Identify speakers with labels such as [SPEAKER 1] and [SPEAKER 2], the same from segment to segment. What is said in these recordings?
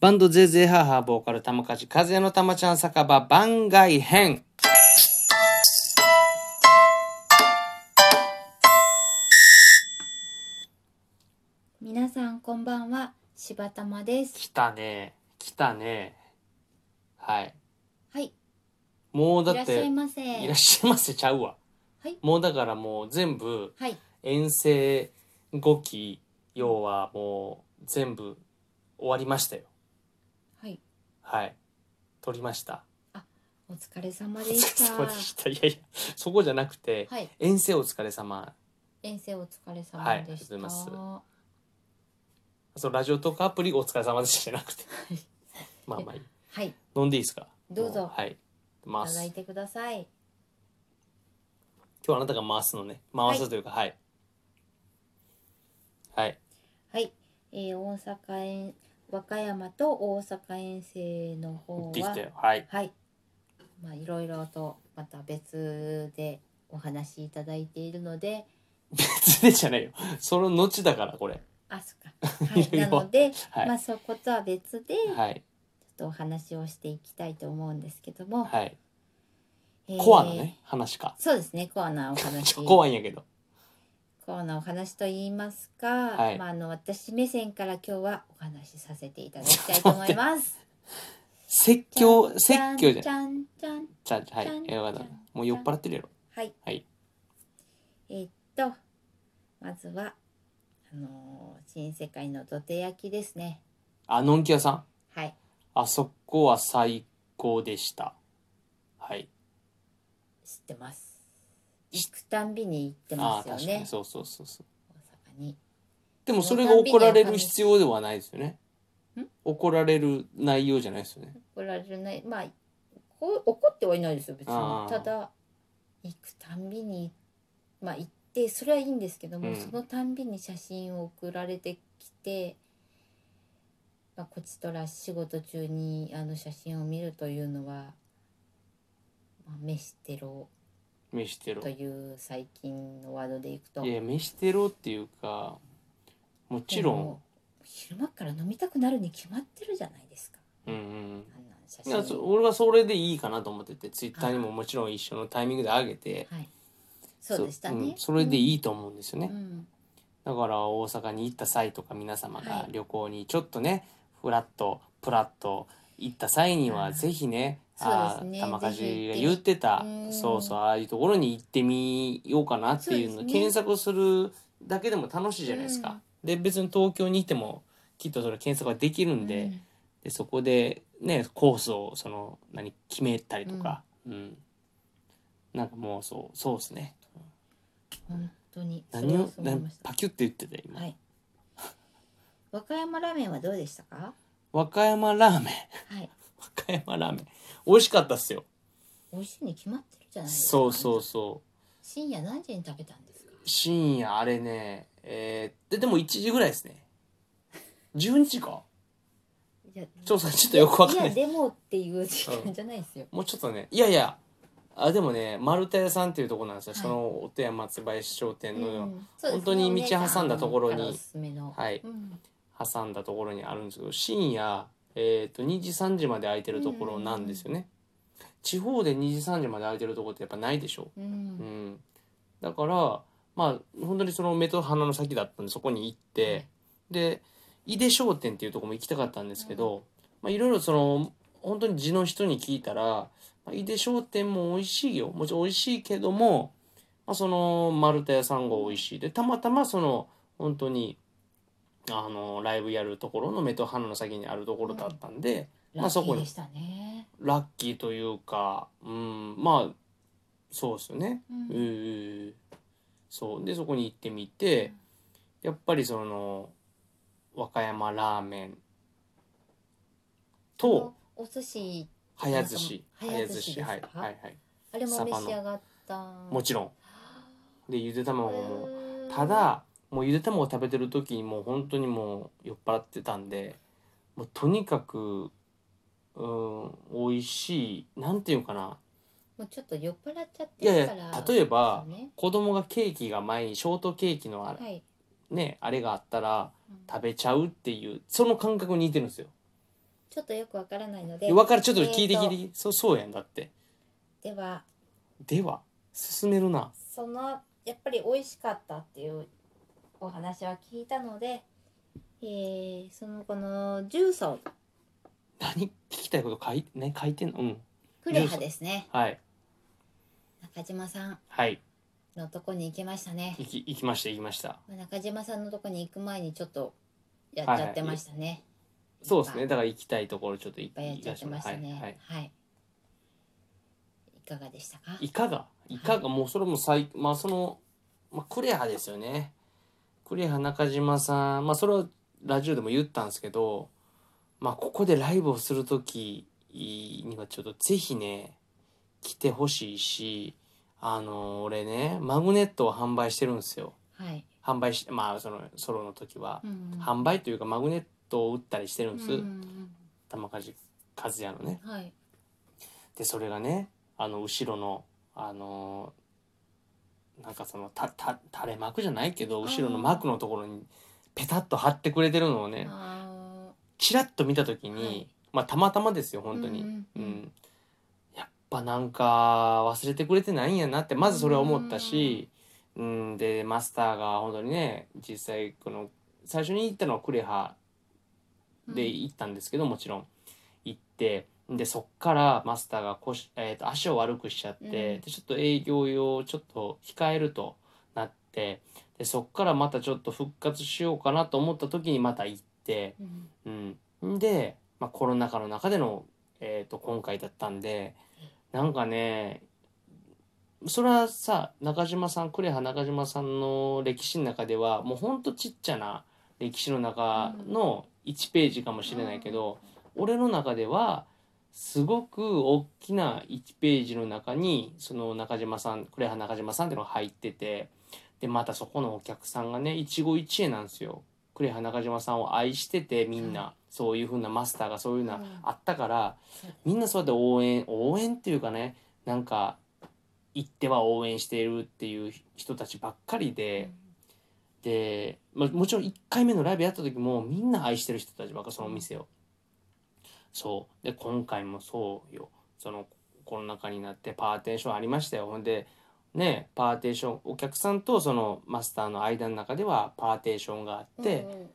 [SPEAKER 1] バンドゼーゼーハーハーボーカル玉梶和也の玉ちゃん酒場番外編。
[SPEAKER 2] 皆さんこんばんは柴玉です
[SPEAKER 1] 来たね。来たね。はい。
[SPEAKER 2] はい
[SPEAKER 1] もうだ
[SPEAKER 2] い
[SPEAKER 1] っ、
[SPEAKER 2] らってしゃいませ
[SPEAKER 1] いらっしゃいませちゃうわ。
[SPEAKER 2] はい
[SPEAKER 1] もうだからもう全部
[SPEAKER 2] はい
[SPEAKER 1] 遠征5期、要はもう全部終わりましたよ。
[SPEAKER 2] はい
[SPEAKER 1] はい。撮りました。
[SPEAKER 2] お疲れ様
[SPEAKER 1] お
[SPEAKER 2] でし
[SPEAKER 1] 疲
[SPEAKER 2] た
[SPEAKER 1] れ様でした。いやいや、そこじゃなくて、
[SPEAKER 2] はい
[SPEAKER 1] 遠征お疲れ様。
[SPEAKER 2] 遠征お疲れ様
[SPEAKER 1] はい
[SPEAKER 2] でした、
[SPEAKER 1] ありがとうござい
[SPEAKER 2] は
[SPEAKER 1] そのラジオトークアプリお疲れ様でしたじゃなくて。
[SPEAKER 2] い
[SPEAKER 1] まあまあいい。
[SPEAKER 2] はい
[SPEAKER 1] 飲んでいいですか
[SPEAKER 2] どうぞ
[SPEAKER 1] もはい
[SPEAKER 2] い
[SPEAKER 1] 回
[SPEAKER 2] た
[SPEAKER 1] す
[SPEAKER 2] だい
[SPEAKER 1] 今
[SPEAKER 2] てください
[SPEAKER 1] 日はあなたが回すのね回すというかはいはい
[SPEAKER 2] はい、えー、大阪遠和歌山と大阪遠征の
[SPEAKER 1] 持
[SPEAKER 2] 方
[SPEAKER 1] ってき
[SPEAKER 2] は
[SPEAKER 1] たよはい
[SPEAKER 2] はいまあいろいろとまた別でお話しいただいているので
[SPEAKER 1] 別でじゃないよその後だからこれ
[SPEAKER 2] あそっか、はいい、
[SPEAKER 1] ろい
[SPEAKER 2] な
[SPEAKER 1] ろ
[SPEAKER 2] ので、
[SPEAKER 1] はい
[SPEAKER 2] まあそことは別で、
[SPEAKER 1] はい
[SPEAKER 2] ちょっとお話をしていきたいと思うんですけども、
[SPEAKER 1] はい
[SPEAKER 2] えー
[SPEAKER 1] コアなね話か
[SPEAKER 2] そうです ねコアなお
[SPEAKER 1] ち
[SPEAKER 2] 話
[SPEAKER 1] ょ怖いんやけど
[SPEAKER 2] コアなお話と言いますか、
[SPEAKER 1] はい
[SPEAKER 2] まあ、あの私目線から今日はお話しさせていただきたいと思います。
[SPEAKER 1] 説教説教じゃな
[SPEAKER 2] じ
[SPEAKER 1] い
[SPEAKER 2] ゃんじゃん
[SPEAKER 1] じゃあはい
[SPEAKER 2] じゃん
[SPEAKER 1] えわかった
[SPEAKER 2] じゃん
[SPEAKER 1] もう酔っ払ってるやろ
[SPEAKER 2] はい。
[SPEAKER 1] はい
[SPEAKER 2] えーっとまずはあのー新世界の土手焼きですね。
[SPEAKER 1] あのんき屋さん
[SPEAKER 2] はい。
[SPEAKER 1] あそこは最高でしたはい
[SPEAKER 2] 知ってます。行くたんびに行って
[SPEAKER 1] あ
[SPEAKER 2] ま
[SPEAKER 1] あ
[SPEAKER 2] すよ
[SPEAKER 1] 確かに
[SPEAKER 2] ね。
[SPEAKER 1] そうそうそうそう
[SPEAKER 2] 大阪に。
[SPEAKER 1] でもそれが怒られる必要ではないですよね
[SPEAKER 2] ん
[SPEAKER 1] 怒られる内容じゃないですよね
[SPEAKER 2] 怒られないまあこう怒ってはいないですよ別に
[SPEAKER 1] あー
[SPEAKER 2] ただ行くたんびにまあ行ってそれはいいんですけども、
[SPEAKER 1] うん
[SPEAKER 2] そのたんびに写真を送られてきて、まあ、こちとら仕事中にあの写真を見るというのは、まあ、飯テロ
[SPEAKER 1] 飯テロ
[SPEAKER 2] という最近のワードでいくと
[SPEAKER 1] いや飯テロっていうかもちろ
[SPEAKER 2] で
[SPEAKER 1] ん
[SPEAKER 2] も昼間から飲みたくなるに決まってるじゃないですか
[SPEAKER 1] うんうん
[SPEAKER 2] あんな写
[SPEAKER 1] い
[SPEAKER 2] 真
[SPEAKER 1] やそ俺はそれでいいかなと思っててツイッターにももちろん一緒のタイミングで上げて
[SPEAKER 2] はい、そうでしたね、
[SPEAKER 1] そうんそれでいいと思うんですよね、
[SPEAKER 2] うん
[SPEAKER 1] だから大阪に行った際とか皆様
[SPEAKER 2] は
[SPEAKER 1] が
[SPEAKER 2] い
[SPEAKER 1] 旅行にちょっとねふらっとプラッと行った際に
[SPEAKER 2] あ
[SPEAKER 1] は
[SPEAKER 2] ー
[SPEAKER 1] ぜひね
[SPEAKER 2] そう
[SPEAKER 1] あ
[SPEAKER 2] ですね
[SPEAKER 1] ー玉
[SPEAKER 2] ぜひ
[SPEAKER 1] 梶
[SPEAKER 2] 行
[SPEAKER 1] が言っ
[SPEAKER 2] って
[SPEAKER 1] てた
[SPEAKER 2] うん
[SPEAKER 1] そうそうああいうところに行ってみようかなっていうの
[SPEAKER 2] そうですね
[SPEAKER 1] 検索するだけでも楽しいじゃないですか。で別に東京にいてもきっとそれ検索ができるんで,、
[SPEAKER 2] うん
[SPEAKER 1] でそこで、ね、コースをその何決めたりとか、うんなんかもうそうそうですね。
[SPEAKER 2] 本当にそれ
[SPEAKER 1] 何
[SPEAKER 2] は
[SPEAKER 1] を
[SPEAKER 2] そう思いました
[SPEAKER 1] パキュって言ってた今。
[SPEAKER 2] はい和歌山ラーメンはどうでしたか
[SPEAKER 1] 和歌山ラーメン
[SPEAKER 2] はい
[SPEAKER 1] 和歌山ラーメン美味しかったっすよ
[SPEAKER 2] 美味しいに決まってるじゃないですか
[SPEAKER 1] そうそうそう
[SPEAKER 2] 深夜何時に食べたんですか
[SPEAKER 1] 深夜あれねえー、ででも1時ぐらいですね12時か
[SPEAKER 2] いや
[SPEAKER 1] ちょっとちょっとよくわかんない
[SPEAKER 2] いやでもっていう時間じゃないですよ、
[SPEAKER 1] もうちょっとねいやいやあでもね丸太屋さんっていうところなんですよ、
[SPEAKER 2] はい
[SPEAKER 1] そのお手屋松林商店の、
[SPEAKER 2] うんそうですね
[SPEAKER 1] 本当に道挟んだところに
[SPEAKER 2] お姉さんからおすすめの
[SPEAKER 1] はい
[SPEAKER 2] うん
[SPEAKER 1] 挟んだところにあるんですけど深夜、えー、と2時3時まで空いてるところなんですよね、地方で2時3時まで空いてるところってやっぱないでしょ
[SPEAKER 2] う
[SPEAKER 1] うんん、だからまあ本当にその目と鼻の先だったんでそこに行って、
[SPEAKER 2] はい
[SPEAKER 1] で井出商店っていうとこも行きたかったんですけど、まあいろいろその本当に地の人に聞いたら、まあ、井出商店も美味しいよもちろん美味しいけども、まあ、その丸太屋さんが美味しいでたまたまその本当にあのライブやるところの目と鼻の先にあるところだったんで、まあそこに
[SPEAKER 2] ラッキーでしたね、
[SPEAKER 1] ラッキーというか、うん、まあそうですよね。
[SPEAKER 2] う
[SPEAKER 1] うんんうんうんそうでそこに行ってみてやっぱりその和歌山ラーメンと
[SPEAKER 2] お寿司
[SPEAKER 1] 早寿司
[SPEAKER 2] なんか
[SPEAKER 1] 早寿司
[SPEAKER 2] 早寿司ですか
[SPEAKER 1] はいはいはい
[SPEAKER 2] あれも
[SPEAKER 1] サ
[SPEAKER 2] 召
[SPEAKER 1] バの
[SPEAKER 2] し上がった
[SPEAKER 1] もちろんでゆで卵も
[SPEAKER 2] ろ
[SPEAKER 1] ただもうゆで卵を食べてる時にもう本当にもう酔っ払ってたんでもうとにかくうん美味しいなんていうかな
[SPEAKER 2] もうちょっと酔っ払っちゃっ
[SPEAKER 1] い
[SPEAKER 2] て
[SPEAKER 1] やい
[SPEAKER 2] るから
[SPEAKER 1] や例えば
[SPEAKER 2] そうね
[SPEAKER 1] 子供がケーキが前にショートケーキのあれ
[SPEAKER 2] はい、
[SPEAKER 1] ねあれがあったら
[SPEAKER 2] うん
[SPEAKER 1] 食べちゃうっていうその感覚に似てるんですよ
[SPEAKER 2] ちょっとよくわからないので
[SPEAKER 1] 分かるちょっと聞いて
[SPEAKER 2] え
[SPEAKER 1] 聞い
[SPEAKER 2] ーと
[SPEAKER 1] て聞いてそう そうやんだって
[SPEAKER 2] では
[SPEAKER 1] では進めるな
[SPEAKER 2] そのやっぱり美味しかったっていうお話は聞いたので、えーそのこのジューソー
[SPEAKER 1] 何聞きたいこと書い,、ね、書いてんのうん
[SPEAKER 2] クレハですね
[SPEAKER 1] はい
[SPEAKER 2] 中島さん
[SPEAKER 1] はい
[SPEAKER 2] のとこに行きましたね、
[SPEAKER 1] 行き行きました行きました
[SPEAKER 2] まあ、中島さんのとこに行く前にちょっとやっちゃってましたね、
[SPEAKER 1] そうですね
[SPEAKER 2] いっ
[SPEAKER 1] だから行きたいところちょっと行
[SPEAKER 2] ぱいやっちゃってましたね
[SPEAKER 1] はいはい
[SPEAKER 2] はい、い、かがでしたか
[SPEAKER 1] いかがいかがもうそれも最まあその、まあ、クレハですよねクレハ中島さんまあそれはラジオでも言ったんですけどまあここでライブをする時にはちょっとぜひね来てほしいしあの俺ねマグネットを販売してるんですよ
[SPEAKER 2] はい、
[SPEAKER 1] 販売しまあそのソロの時は
[SPEAKER 2] う、んうん
[SPEAKER 1] 販売というかマグネットを売ったりしてるんです、
[SPEAKER 2] うんうん
[SPEAKER 1] 玉梶和也のね
[SPEAKER 2] うんはい
[SPEAKER 1] でそれがねあの後ろのあのーなんかそのたた垂れ幕じゃないけど
[SPEAKER 2] ん
[SPEAKER 1] 後ろの幕のところにペタッと貼ってくれてるのをね
[SPEAKER 2] あ
[SPEAKER 1] チラッと見た時に、
[SPEAKER 2] はい
[SPEAKER 1] まあたまたまですよ本当に、う
[SPEAKER 2] うんんうんうん
[SPEAKER 1] やっぱなんか忘れてくれてないんやなってまずそれは思ったし、うん、でマスターが本当にね実際この最初に行ったのはクレハ
[SPEAKER 2] ー
[SPEAKER 1] で行ったんですけどもちろん行ってでそっからマスターが腰、えー、と足を悪くしちゃって、
[SPEAKER 2] うん
[SPEAKER 1] でちょっと営業用ちょっと控えるとなってでそっからまたちょっと復活しようかなと思った時にまた行って、
[SPEAKER 2] うんうん
[SPEAKER 1] うん、で、まあ、コロナ禍の中での、えー、と今回だったんでなんかねそれはさ中島さん呉羽中島さんの歴史の中ではもうほんとちっちゃな歴史の中の1ページかもしれないけど、俺の中ではすごく大きな1ページの中にその中島さん呉羽中島さんっていうのが入っててでまたそこのお客さんがね一期一会なんですよ。呉羽中島さんを愛しててみんな、
[SPEAKER 2] は
[SPEAKER 1] そういうふうなマスターがそういうのはあったから、
[SPEAKER 2] そう
[SPEAKER 1] みんなそうやって応援応援っていうかねなんか行っては応援しているっていう人たちばっかりで、で、まあ、もちろん1回目のライブやった時もみんな愛してる人たちばっかそのお店を。そうで今回もそうよそのコロナ禍になってパーテーションありましたよほんでねパーテーションお客さんとそのマスターの間の中ではパーテーションがあって。
[SPEAKER 2] うん
[SPEAKER 1] うん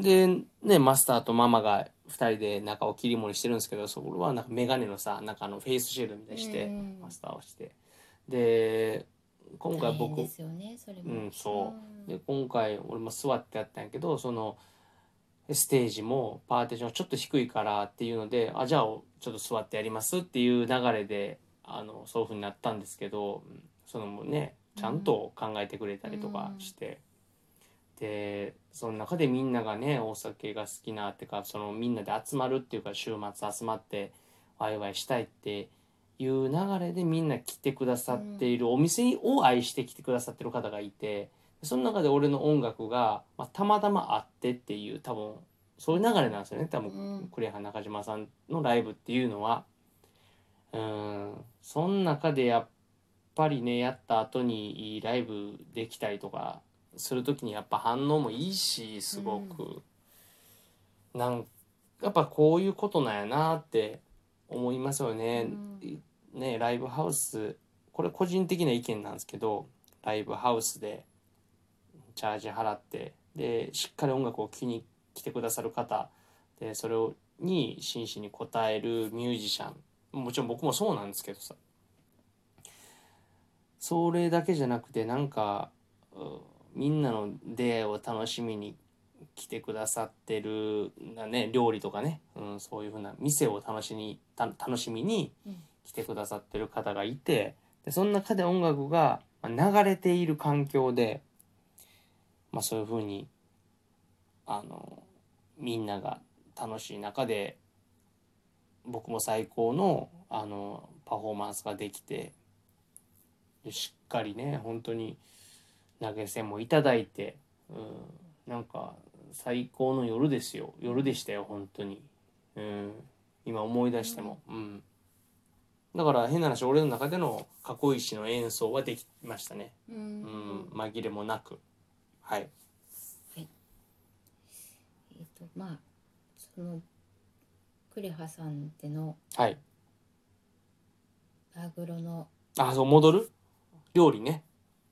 [SPEAKER 1] でねマスターとママが2人で中を切り盛りしてるんですけどそこはなんか眼鏡のさなんかあのフェイスシールドみたいにして、
[SPEAKER 2] うん
[SPEAKER 1] マスターをしてで今回
[SPEAKER 2] 大
[SPEAKER 1] 僕
[SPEAKER 2] 変ですよねそれも
[SPEAKER 1] うんそうで今回俺も座ってやったんやけどそのステージもパーテーションがちょっと低いからっていうのであじゃあちょっと座ってやりますっていう流れであのそういうふうになったんですけどうんそのもうねちゃんと考えてくれたりとかして、でその中でみんながねお酒が好きなってかそのみんなで集まるっていうか週末集まってワイワイしたいっていう流れでみんな来てくださっているお店を愛して来てくださってる方がいてその中で俺の音楽が、まあ、たまたまあってっていう多分そういう流れなんですよね多分
[SPEAKER 2] うん
[SPEAKER 1] 栗原中島さんのライブっていうのはうーんその中でやっぱりねやった後にいいライブできたりとかする時にやっぱ反応もいいしすごく、なんやっぱこういうことなんやなって思いますよね。ねライブハウスこれ個人的な意見なんですけどライブハウスでチャージ払ってでしっかり音楽を聴きに来てくださる方でそれをに真摯に応えるミュージシャンもちろん僕もそうなんですけどさそれだけじゃなくてなんかうんみんなの出会いを楽しみに来てくださってるな、ね、料理とかね、うん、そういうふうな店を楽しみた楽しみに来てくださってる方がいてでその中で音楽がまあ流れている環境で、まあ、そういうふうにあのみんなが楽しい中で僕も最高のあのパフォーマンスができてでしっかりね本当に投げ銭もいただいて、うん、なんか最高の夜ですよ夜でしたよ本当に、うん、今思い出しても。うんだから変な話俺の中での過去石の演奏はできましたね、
[SPEAKER 2] う
[SPEAKER 1] うんん、紛れもなくはい
[SPEAKER 2] えっ、とまあそのクレハさんっての
[SPEAKER 1] はい。
[SPEAKER 2] マグロの
[SPEAKER 1] あ、そう、戻る料理ね。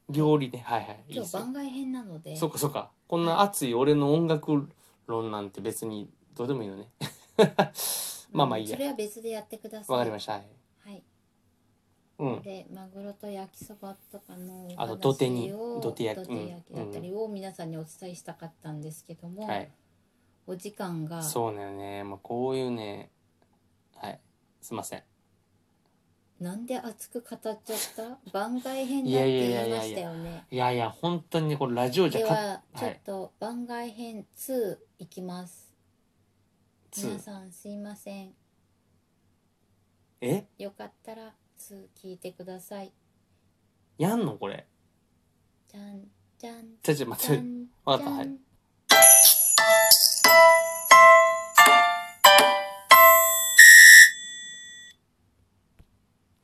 [SPEAKER 1] 料理ね。はいはい。いい
[SPEAKER 2] 今
[SPEAKER 1] で
[SPEAKER 2] 日
[SPEAKER 1] すよ
[SPEAKER 2] 番外編なので
[SPEAKER 1] そっかそっか。こんな熱い俺の音楽論なんて別にどうでもいいのね。 まあまあいいや
[SPEAKER 2] そ。れは別でやってください
[SPEAKER 1] わかりました。はい。
[SPEAKER 2] はい
[SPEAKER 1] うん。
[SPEAKER 2] でマグロと焼きそばとかの
[SPEAKER 1] あ
[SPEAKER 2] お話
[SPEAKER 1] と
[SPEAKER 2] を
[SPEAKER 1] 土手に
[SPEAKER 2] 土
[SPEAKER 1] 土
[SPEAKER 2] 手
[SPEAKER 1] 手
[SPEAKER 2] 焼
[SPEAKER 1] 焼きうん
[SPEAKER 2] きだったりを皆さんにお伝えしたかったんですけども、
[SPEAKER 1] はい。
[SPEAKER 2] お時間が
[SPEAKER 1] そうだよね。まあこういうね。はい。すいません。
[SPEAKER 2] なんで熱く語っちゃった番外編だって言いましたよね
[SPEAKER 1] いやいや、本当にね、これラジオじ
[SPEAKER 2] で
[SPEAKER 1] ゃか
[SPEAKER 2] はちょっと番外編2いきます、
[SPEAKER 1] ツー
[SPEAKER 2] 皆さんすいません
[SPEAKER 1] え
[SPEAKER 2] よかったら2聞いてください
[SPEAKER 1] やんのこれ。
[SPEAKER 2] じゃんじゃん
[SPEAKER 1] ちょちょ、待
[SPEAKER 2] じ
[SPEAKER 1] っ
[SPEAKER 2] ゃ
[SPEAKER 1] て。
[SPEAKER 2] ん
[SPEAKER 1] わ
[SPEAKER 2] じ
[SPEAKER 1] か
[SPEAKER 2] ゃ
[SPEAKER 1] ったはい
[SPEAKER 2] ん